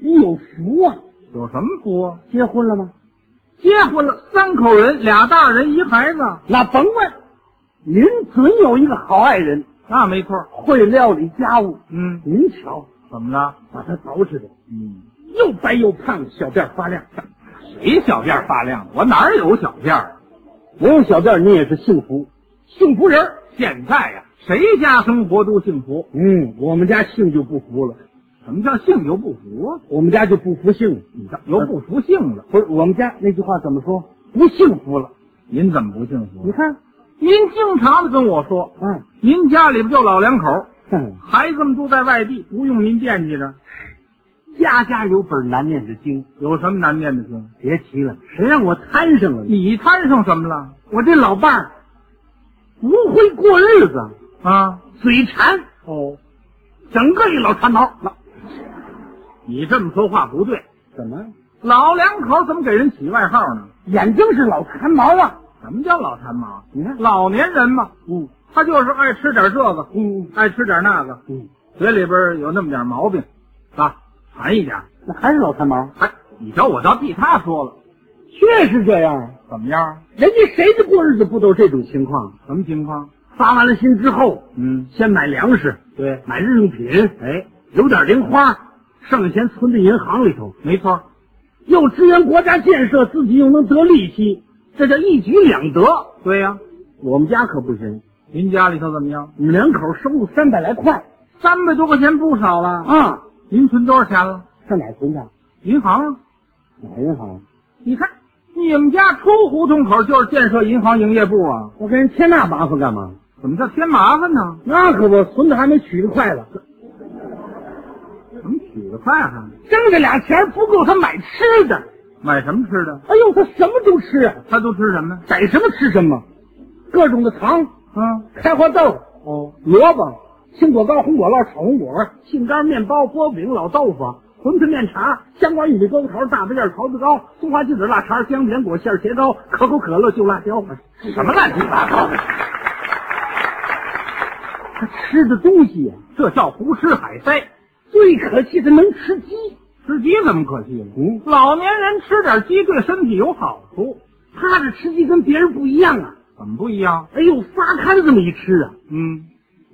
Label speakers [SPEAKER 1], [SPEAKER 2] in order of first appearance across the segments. [SPEAKER 1] 屋有福啊！
[SPEAKER 2] 有什么福啊？
[SPEAKER 1] 结婚了吗？
[SPEAKER 2] 结婚了，三口人，俩大人，一孩子，
[SPEAKER 1] 那甭问，您准有一个好爱人，
[SPEAKER 2] 那没错。
[SPEAKER 1] 会料理家务。
[SPEAKER 2] 嗯，
[SPEAKER 1] 您瞧，
[SPEAKER 2] 怎么了？
[SPEAKER 1] 把他捯饬的
[SPEAKER 2] 嗯，
[SPEAKER 1] 又白又胖，小辫儿发亮。
[SPEAKER 2] 谁小辫儿发亮？我哪儿有小辫儿啊？
[SPEAKER 1] 没有小辫儿，你也是幸福，幸福人儿。
[SPEAKER 2] 现在呀、谁家生活都幸福。
[SPEAKER 1] 嗯，我们家性就不服了，
[SPEAKER 2] 什么叫性有不服啊？
[SPEAKER 1] 我们家就不服性。
[SPEAKER 2] 你这有不服性了？
[SPEAKER 1] 不是我们家那句话怎么说？不幸福了。
[SPEAKER 2] 您怎么不啊幸福
[SPEAKER 1] 你？看，
[SPEAKER 2] 您经常的跟我说，
[SPEAKER 1] 嗯，
[SPEAKER 2] 您家里边就老两口，
[SPEAKER 1] 哼
[SPEAKER 2] 孩子们都在外地，不用您惦记着，
[SPEAKER 1] 家家有本难念的经，
[SPEAKER 2] 有什么难念的经？
[SPEAKER 1] 别提了，谁让我摊上了呢？
[SPEAKER 2] 你摊上什么了
[SPEAKER 1] 我这老伴儿不会过日子，
[SPEAKER 2] 啊？
[SPEAKER 1] 嘴馋，
[SPEAKER 2] 哦，
[SPEAKER 1] 整个一老馋头。那
[SPEAKER 2] 你这么说话不对，
[SPEAKER 1] 怎么？
[SPEAKER 2] 老两口怎么给人起外号呢？
[SPEAKER 1] 眼睛是老馋毛啊！
[SPEAKER 2] 什么叫老馋毛？
[SPEAKER 1] 你看，
[SPEAKER 2] 老年人嘛，
[SPEAKER 1] 嗯
[SPEAKER 2] 他就是爱吃点这个，
[SPEAKER 1] 嗯
[SPEAKER 2] 爱吃点那个，
[SPEAKER 1] 嗯，
[SPEAKER 2] 嘴里边有那么点毛病，啊，馋一点。
[SPEAKER 1] 那还是老馋毛，
[SPEAKER 2] 哎，你瞧我倒替他说了，
[SPEAKER 1] 确实这样啊。
[SPEAKER 2] 怎么样？
[SPEAKER 1] 人家谁的过日子不都这种情况？
[SPEAKER 2] 什么情况？
[SPEAKER 1] 发完了薪之后，
[SPEAKER 2] 嗯，
[SPEAKER 1] 先买粮食，
[SPEAKER 2] 对，
[SPEAKER 1] 买日用品，
[SPEAKER 2] 哎，
[SPEAKER 1] 有点零花，剩下钱存在银行里头，
[SPEAKER 2] 没错，
[SPEAKER 1] 又支援国家建设，自己又能得利息，这叫一举两得。
[SPEAKER 2] 对呀、
[SPEAKER 1] 我们家可不行，
[SPEAKER 2] 您家里头怎么样？
[SPEAKER 1] 我们两口收入三百来块
[SPEAKER 2] 三百多块钱不少了。
[SPEAKER 1] 啊，
[SPEAKER 2] 您存多少钱了？
[SPEAKER 1] 上哪儿存去？
[SPEAKER 2] 银行啊。
[SPEAKER 1] 哪银行？啊
[SPEAKER 2] 你看，你们家出胡同口就是建设银行营业部啊？
[SPEAKER 1] 我给人添那麻烦干嘛？
[SPEAKER 2] 怎么叫添麻烦呢？
[SPEAKER 1] 那可不，存的还没取的快了，
[SPEAKER 2] 怎么取个快还？
[SPEAKER 1] 挣这俩钱不够他买吃的。
[SPEAKER 2] 买什么吃的？
[SPEAKER 1] 哎呦，他什么都吃啊，
[SPEAKER 2] 他都吃什么呀？
[SPEAKER 1] 逮什么吃什么，各种的糖、
[SPEAKER 2] 嗯，
[SPEAKER 1] 开花豆、
[SPEAKER 2] 哦，
[SPEAKER 1] 萝卜、青果糕、红果烙、炒红果、杏干面包、波饼、老豆腐、馄饨面茶、啊香瓜玉米疙子桃、大白燕桃子糕、松花鸡子腊肠、香甜果馅茄糕、可口可乐就辣椒。啊
[SPEAKER 2] 什么乱七八糟的？
[SPEAKER 1] 他吃的东西呀、
[SPEAKER 2] 这叫胡吃海塞。
[SPEAKER 1] 最可气他能吃鸡。
[SPEAKER 2] 吃鸡怎么可惜了？
[SPEAKER 1] 嗯，
[SPEAKER 2] 老年人吃点鸡对身体有好处，
[SPEAKER 1] 他这吃鸡跟别人不一样啊！
[SPEAKER 2] 怎么不一样？
[SPEAKER 1] 哎呦，发刊这么一吃啊，
[SPEAKER 2] 嗯，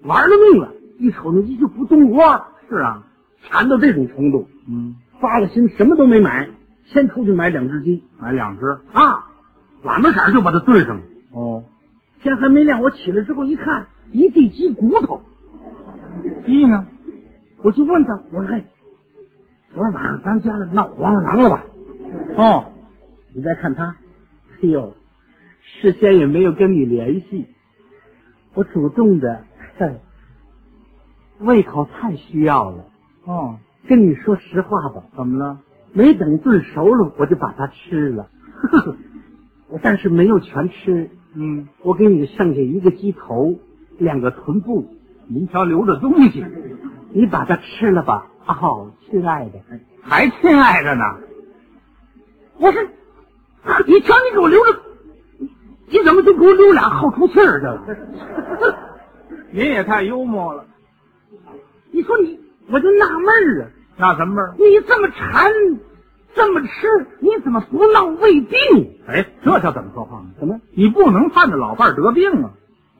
[SPEAKER 1] 玩了命了！一瞅那鸡就不动窝，
[SPEAKER 2] 是啊，
[SPEAKER 1] 馋到这种程度，
[SPEAKER 2] 嗯，
[SPEAKER 1] 发了心什么都没买，先出去买两只鸡
[SPEAKER 2] 买两只。
[SPEAKER 1] 啊，晚不色儿就把它炖上了。
[SPEAKER 2] 哦，
[SPEAKER 1] 天还没亮，我起来之后一看，一地鸡骨头，
[SPEAKER 2] 鸡呢？
[SPEAKER 1] 我就问他，我说嘿，哎昨天晚上咱家闹黄鼠狼了吧？
[SPEAKER 2] 哦，
[SPEAKER 1] 你再看他，哎呦，事先也没有跟你联系，我主动的，哼胃口太需要了。
[SPEAKER 2] 哦，
[SPEAKER 1] 跟你说实话吧，
[SPEAKER 2] 怎么了？
[SPEAKER 1] 没等炖熟了，我就把它吃了。 我但是没有全吃，
[SPEAKER 2] 嗯，
[SPEAKER 1] 我给你剩下一个鸡头，两个臀部，
[SPEAKER 2] 您瞧留着东西，
[SPEAKER 1] 你把它吃了吧。哦，亲爱的，
[SPEAKER 2] 还亲爱的呢。
[SPEAKER 1] 我说，你瞧你给我留着，你怎么就给我留俩后出气儿去啊了？
[SPEAKER 2] 您也太幽默了。
[SPEAKER 1] 你说你，我就纳闷儿啊，
[SPEAKER 2] 那什么味儿？
[SPEAKER 1] 你这么馋，这么吃，你怎么不闹胃病？
[SPEAKER 2] 哎，这叫怎么说话呢？
[SPEAKER 1] 怎么？
[SPEAKER 2] 你不能盼着老伴儿得病啊！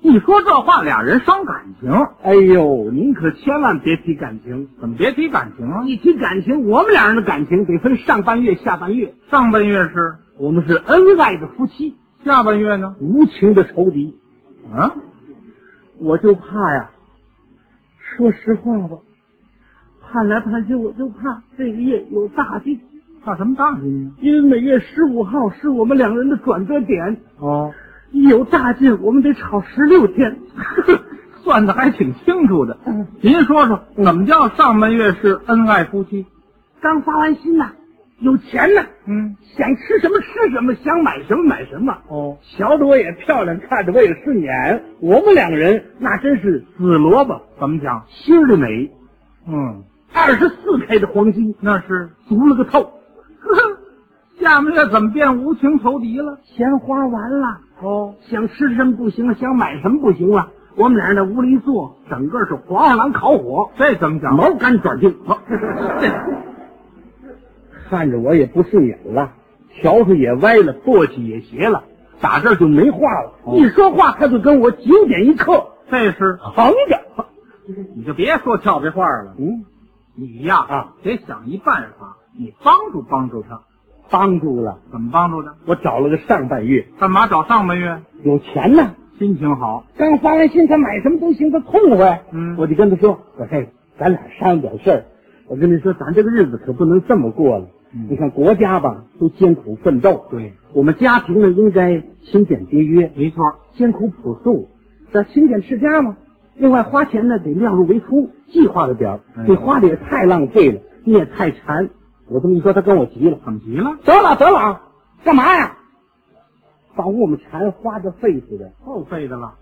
[SPEAKER 2] 一说这话，俩人伤感情。
[SPEAKER 1] 哎呦，您可千万别提感情。
[SPEAKER 2] 怎么别提感情啊？
[SPEAKER 1] 一提感情，我们两人的感情得分上半月、下半月。
[SPEAKER 2] 上半月是，
[SPEAKER 1] 我们是恩爱的夫妻，
[SPEAKER 2] 下半月呢？
[SPEAKER 1] 无情的仇敌。
[SPEAKER 2] 啊，
[SPEAKER 1] 我就怕呀，说实话吧，盼来盼去，我就怕这个月有大病，
[SPEAKER 2] 怕什么大病啊？
[SPEAKER 1] 因为每月十五号是我们两人的转折点，
[SPEAKER 2] 哦，
[SPEAKER 1] 一有大劲，我们得吵十六天。
[SPEAKER 2] 算的还挺清楚的。
[SPEAKER 1] 嗯
[SPEAKER 2] 您说说，怎么叫上半月是恩爱夫妻？
[SPEAKER 1] 刚发完薪呐、有钱呐、
[SPEAKER 2] 嗯，
[SPEAKER 1] 想吃什么吃什么，想买什么买什么。
[SPEAKER 2] 哦，
[SPEAKER 1] 瞧得我也漂亮，看着我也顺眼，我们两人那真是紫萝卜
[SPEAKER 2] 怎么讲？
[SPEAKER 1] 心儿的美，
[SPEAKER 2] 嗯，
[SPEAKER 1] 二十四 K 的黄金
[SPEAKER 2] 那是。
[SPEAKER 1] 足了个透。
[SPEAKER 2] 下半月怎么变无情仇敌了？
[SPEAKER 1] 钱花完了，
[SPEAKER 2] 哦，
[SPEAKER 1] 想吃什么不行了，想买什么不行了。我们俩人在屋里一坐，整个是黄鼠狼烤火，
[SPEAKER 2] 这怎么讲？
[SPEAKER 1] 毛干转净。
[SPEAKER 2] 这
[SPEAKER 1] 看着我也不顺眼了，条子也歪了，簸箕也斜了，打这儿就没话了。
[SPEAKER 2] 哦
[SPEAKER 1] 一说话他就跟我九点一刻
[SPEAKER 2] 这是，
[SPEAKER 1] 横着。
[SPEAKER 2] 你就别说俏皮话了，
[SPEAKER 1] 嗯，
[SPEAKER 2] 你呀
[SPEAKER 1] 啊，
[SPEAKER 2] 得想一办法，你帮助帮助他，
[SPEAKER 1] 帮助了。
[SPEAKER 2] 怎么帮助他？
[SPEAKER 1] 我找了个上半月，
[SPEAKER 2] 干嘛找上半月？
[SPEAKER 1] 有钱呢，
[SPEAKER 2] 心情好，
[SPEAKER 1] 刚发完薪，他买什么都行，他痛快。
[SPEAKER 2] 嗯
[SPEAKER 1] 我就跟他说，我嘿，咱俩商量点事儿。我跟你说，咱这个日子可不能这么过了。
[SPEAKER 2] 嗯
[SPEAKER 1] 你看国家吧，都艰苦奋斗，
[SPEAKER 2] 对，
[SPEAKER 1] 我们家庭呢应该勤俭节约，
[SPEAKER 2] 没错，
[SPEAKER 1] 艰苦朴素，咱勤俭持家嘛。另外花钱呢得量入为出，计划着点儿
[SPEAKER 2] 嗯，
[SPEAKER 1] 你花的也太浪费了，你也太馋。我这么一说，他跟我急了，
[SPEAKER 2] 怎么急了？
[SPEAKER 1] 得了得了啊，干嘛呀？把我们馋花的费似的，
[SPEAKER 2] 够费的了，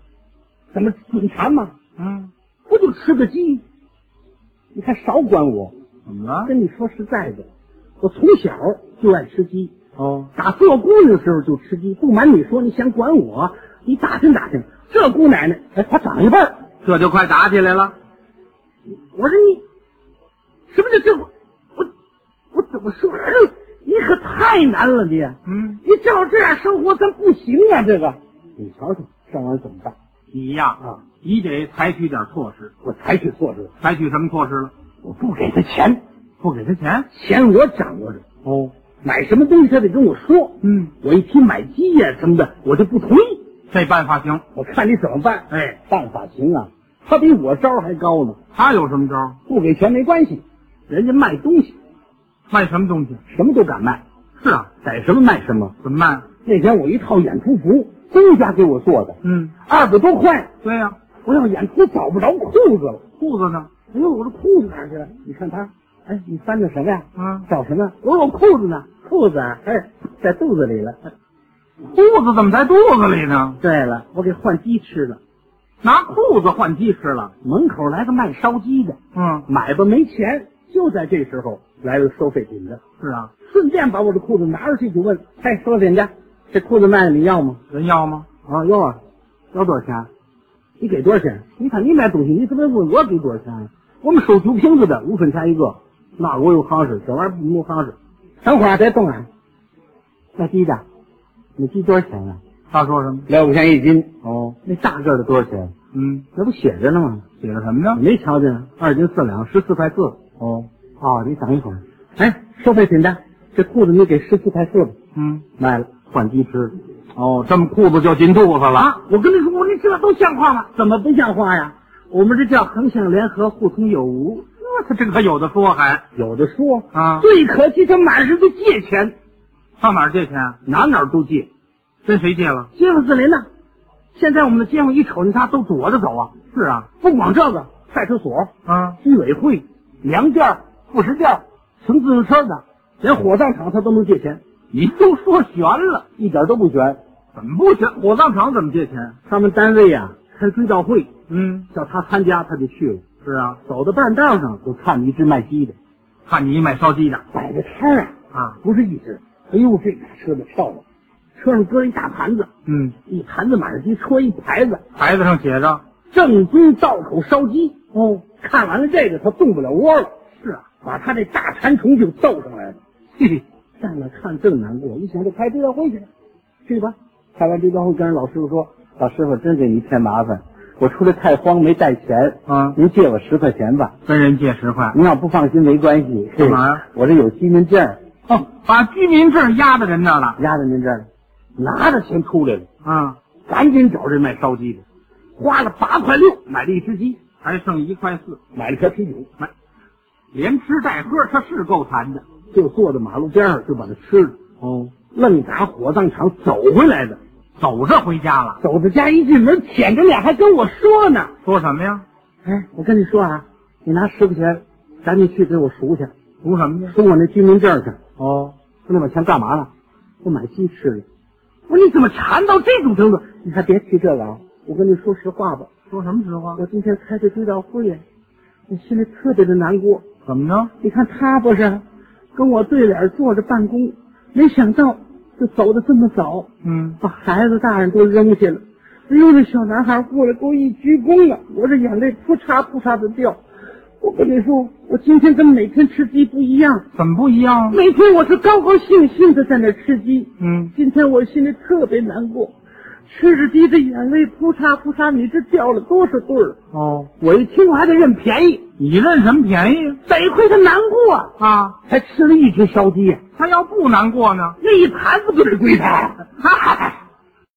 [SPEAKER 1] 怎么准馋嘛？
[SPEAKER 2] 嗯，
[SPEAKER 1] 不就吃个鸡？你还少管我！
[SPEAKER 2] 怎么了？
[SPEAKER 1] 跟你说实在的，我从小就爱吃鸡，
[SPEAKER 2] 哦，
[SPEAKER 1] 打做姑娘的时候就吃鸡。不瞒你说，你想管我，你打听打听，这姑奶奶，哎，她长一辈儿。
[SPEAKER 2] 这就快打起来了，
[SPEAKER 1] 我说你，什么叫这我我我怎么说？哎呦你可太难了你！
[SPEAKER 2] 嗯，
[SPEAKER 1] 你照这样生活，咱不行啊！这个，你瞧瞧，这玩意儿怎么办
[SPEAKER 2] 你呀，
[SPEAKER 1] 啊？
[SPEAKER 2] 你得采取点措施，
[SPEAKER 1] 我采取措施，
[SPEAKER 2] 采取什么措施了？
[SPEAKER 1] 我不给他钱，
[SPEAKER 2] 不给他钱？
[SPEAKER 1] 钱我掌握着，
[SPEAKER 2] 哦，
[SPEAKER 1] 买什么东西他得跟我说。
[SPEAKER 2] 嗯，
[SPEAKER 1] 我一听买鸡呀、什么的，我就不同意。
[SPEAKER 2] 这办法行。
[SPEAKER 1] 我看你怎么办？
[SPEAKER 2] 哎，
[SPEAKER 1] 办法行啊，他比我招儿还高呢。
[SPEAKER 2] 他有什么招儿？
[SPEAKER 1] 不给钱没关系，人家卖东西
[SPEAKER 2] 卖什么东西？
[SPEAKER 1] 什么都敢卖，
[SPEAKER 2] 是啊，
[SPEAKER 1] 逮什么卖什么。
[SPEAKER 2] 怎么卖？
[SPEAKER 1] 那天我一套演出服，公家给我做的，
[SPEAKER 2] 嗯，
[SPEAKER 1] 二百多块，
[SPEAKER 2] 对呀、
[SPEAKER 1] 我要演出找不着裤子了。
[SPEAKER 2] 裤子呢？
[SPEAKER 1] 哎呦，我这裤子哪儿去了？你看他，哎，你翻的什么呀？
[SPEAKER 2] 嗯，
[SPEAKER 1] 找什么？我说我裤子呢？裤子啊，哎，在肚子里了。哎
[SPEAKER 2] 裤子怎么在肚子里呢？
[SPEAKER 1] 对了，我给换鸡吃了。
[SPEAKER 2] 拿裤子换鸡吃了。
[SPEAKER 1] 门口来个卖烧鸡的，
[SPEAKER 2] 嗯，
[SPEAKER 1] 买吧没钱。就在这时候来了收废品的，
[SPEAKER 2] 是啊，
[SPEAKER 1] 顺便把我的裤子拿出去就问：“哎嘿，收点家，这裤子卖了你要吗
[SPEAKER 2] 人要吗？？”
[SPEAKER 1] 啊，要啊，要多少钱？你给多少钱？你看你买东西，你怎么问我给多少钱啊？我们收酒瓶子的，五分钱一个。那我有行市，这玩意儿没行市。等会儿啊别动啊！那鸡的，那鸡多少钱啊？
[SPEAKER 2] 他说什么？
[SPEAKER 1] 两块钱一斤。
[SPEAKER 2] 哦，
[SPEAKER 1] 那大个的多少钱？
[SPEAKER 2] 嗯，
[SPEAKER 1] 那不写着呢吗？
[SPEAKER 2] 写的什么呢？
[SPEAKER 1] 没瞧见，二斤四两，十四块四。
[SPEAKER 2] 哦，
[SPEAKER 1] 哦，你等一会儿。哎，收废品的，这裤子你给十四块四吧，
[SPEAKER 2] 嗯，
[SPEAKER 1] 卖了换鸡吃
[SPEAKER 2] 哦，这么裤子就进肚子了。
[SPEAKER 1] 啊！我跟你说，你这都像话吗？怎么不像话呀？我们这叫横向联合，互通有无。
[SPEAKER 2] 那他这可有的说还
[SPEAKER 1] 有的说，
[SPEAKER 2] 啊？
[SPEAKER 1] 最可气，他满世界借钱，
[SPEAKER 2] 上哪儿借钱啊？
[SPEAKER 1] 哪哪儿都借，
[SPEAKER 2] 跟谁借了？
[SPEAKER 1] 街坊四邻呢。现在我们的街坊一瞅见他都躲着走啊！
[SPEAKER 2] 是啊，
[SPEAKER 1] 不光这个，派出所、
[SPEAKER 2] 啊，
[SPEAKER 1] 居委会、粮店儿、副食店儿、乘自行车的，连火葬场他都能借钱，
[SPEAKER 2] 你都说悬了，
[SPEAKER 1] 一点都不悬。
[SPEAKER 2] 怎么不悬？火葬场怎么借钱？
[SPEAKER 1] 他们单位呀、开追悼会，
[SPEAKER 2] 嗯，
[SPEAKER 1] 叫他参加，他就去了。
[SPEAKER 2] 是啊，
[SPEAKER 1] 走到半道上，就看见一只卖鸡的，
[SPEAKER 2] 看你买烧鸡的
[SPEAKER 1] 摆个摊儿啊，
[SPEAKER 2] 啊，
[SPEAKER 1] 不是一只。哎呦，这大车子漂亮，车上搁一大盘子，
[SPEAKER 2] 嗯，
[SPEAKER 1] 一盘子满是鸡，戳一牌子，
[SPEAKER 2] 牌子上写着，
[SPEAKER 1] 正宗道口烧鸡。哦，看完了这个，他动不了窝了。
[SPEAKER 2] 是啊，
[SPEAKER 1] 把他这大馋虫就逗上来了。
[SPEAKER 2] 嘿嘿，
[SPEAKER 1] 站那看正难过，一想就开追悼会去了，去吧。开完追悼会，跟人老师傅说：“老师傅，真给您添麻烦，我出来太慌，没带钱，
[SPEAKER 2] 啊，
[SPEAKER 1] 您借我十块钱吧。”
[SPEAKER 2] 跟人借十块，
[SPEAKER 1] 您要不放心没关系，
[SPEAKER 2] 干嘛呀
[SPEAKER 1] 我这有居民证儿
[SPEAKER 2] 哦，把居民证压在人那儿了，
[SPEAKER 1] 压在您这儿了，拿着钱出来了，
[SPEAKER 2] 啊，
[SPEAKER 1] 赶紧找这卖烧鸡的，花了八块六买了一只鸡，
[SPEAKER 2] 还剩一块四，
[SPEAKER 1] 买了瓶啤酒，
[SPEAKER 2] 买，连吃带喝，他是够馋的，
[SPEAKER 1] 就坐在马路边上就把它吃了，
[SPEAKER 2] 哦，
[SPEAKER 1] 愣打火葬场走回来的，
[SPEAKER 2] 走着回家了，
[SPEAKER 1] 走到家一进门，舔着脸还跟我说呢
[SPEAKER 2] 说什么呀？：“
[SPEAKER 1] 哎，我跟你说啊，你拿十块钱，赶紧去给我赎去，
[SPEAKER 2] 图什么呀？
[SPEAKER 1] 赎我那居民证去。
[SPEAKER 2] 哦，
[SPEAKER 1] 说那把钱干嘛了？我买鸡吃了。”我说你怎么馋到这种程度？你还别提这个啊！我跟你说实话吧，
[SPEAKER 2] 说什么啊实话？
[SPEAKER 1] 我今天开的追悼会呀，我心里特别的难过。
[SPEAKER 2] 怎么着？
[SPEAKER 1] 你看他不是跟我对脸坐着办公，没想到就走的这么早，
[SPEAKER 2] 嗯，
[SPEAKER 1] 把孩子大人都扔下了。哎呦，那小男孩过来给我一鞠躬啊，我这眼泪扑嚓扑嚓的掉。我跟你说，我今天跟每天吃鸡不一样，
[SPEAKER 2] 怎么不一样？
[SPEAKER 1] 每天我是高高兴兴的在那吃鸡，
[SPEAKER 2] 嗯，
[SPEAKER 1] 今天我心里特别难过，吃着鸡的眼泪扑嚓扑嚓，你这掉了多少对儿？
[SPEAKER 2] 哦，
[SPEAKER 1] 我一听我还得认便宜，
[SPEAKER 2] 你认什么便宜
[SPEAKER 1] 得亏他难过，
[SPEAKER 2] 啊？
[SPEAKER 1] 才吃了一只烧鸡呀，啊
[SPEAKER 2] 他要不难过呢？
[SPEAKER 1] 那一盘子不得归他呀？
[SPEAKER 2] 嗨。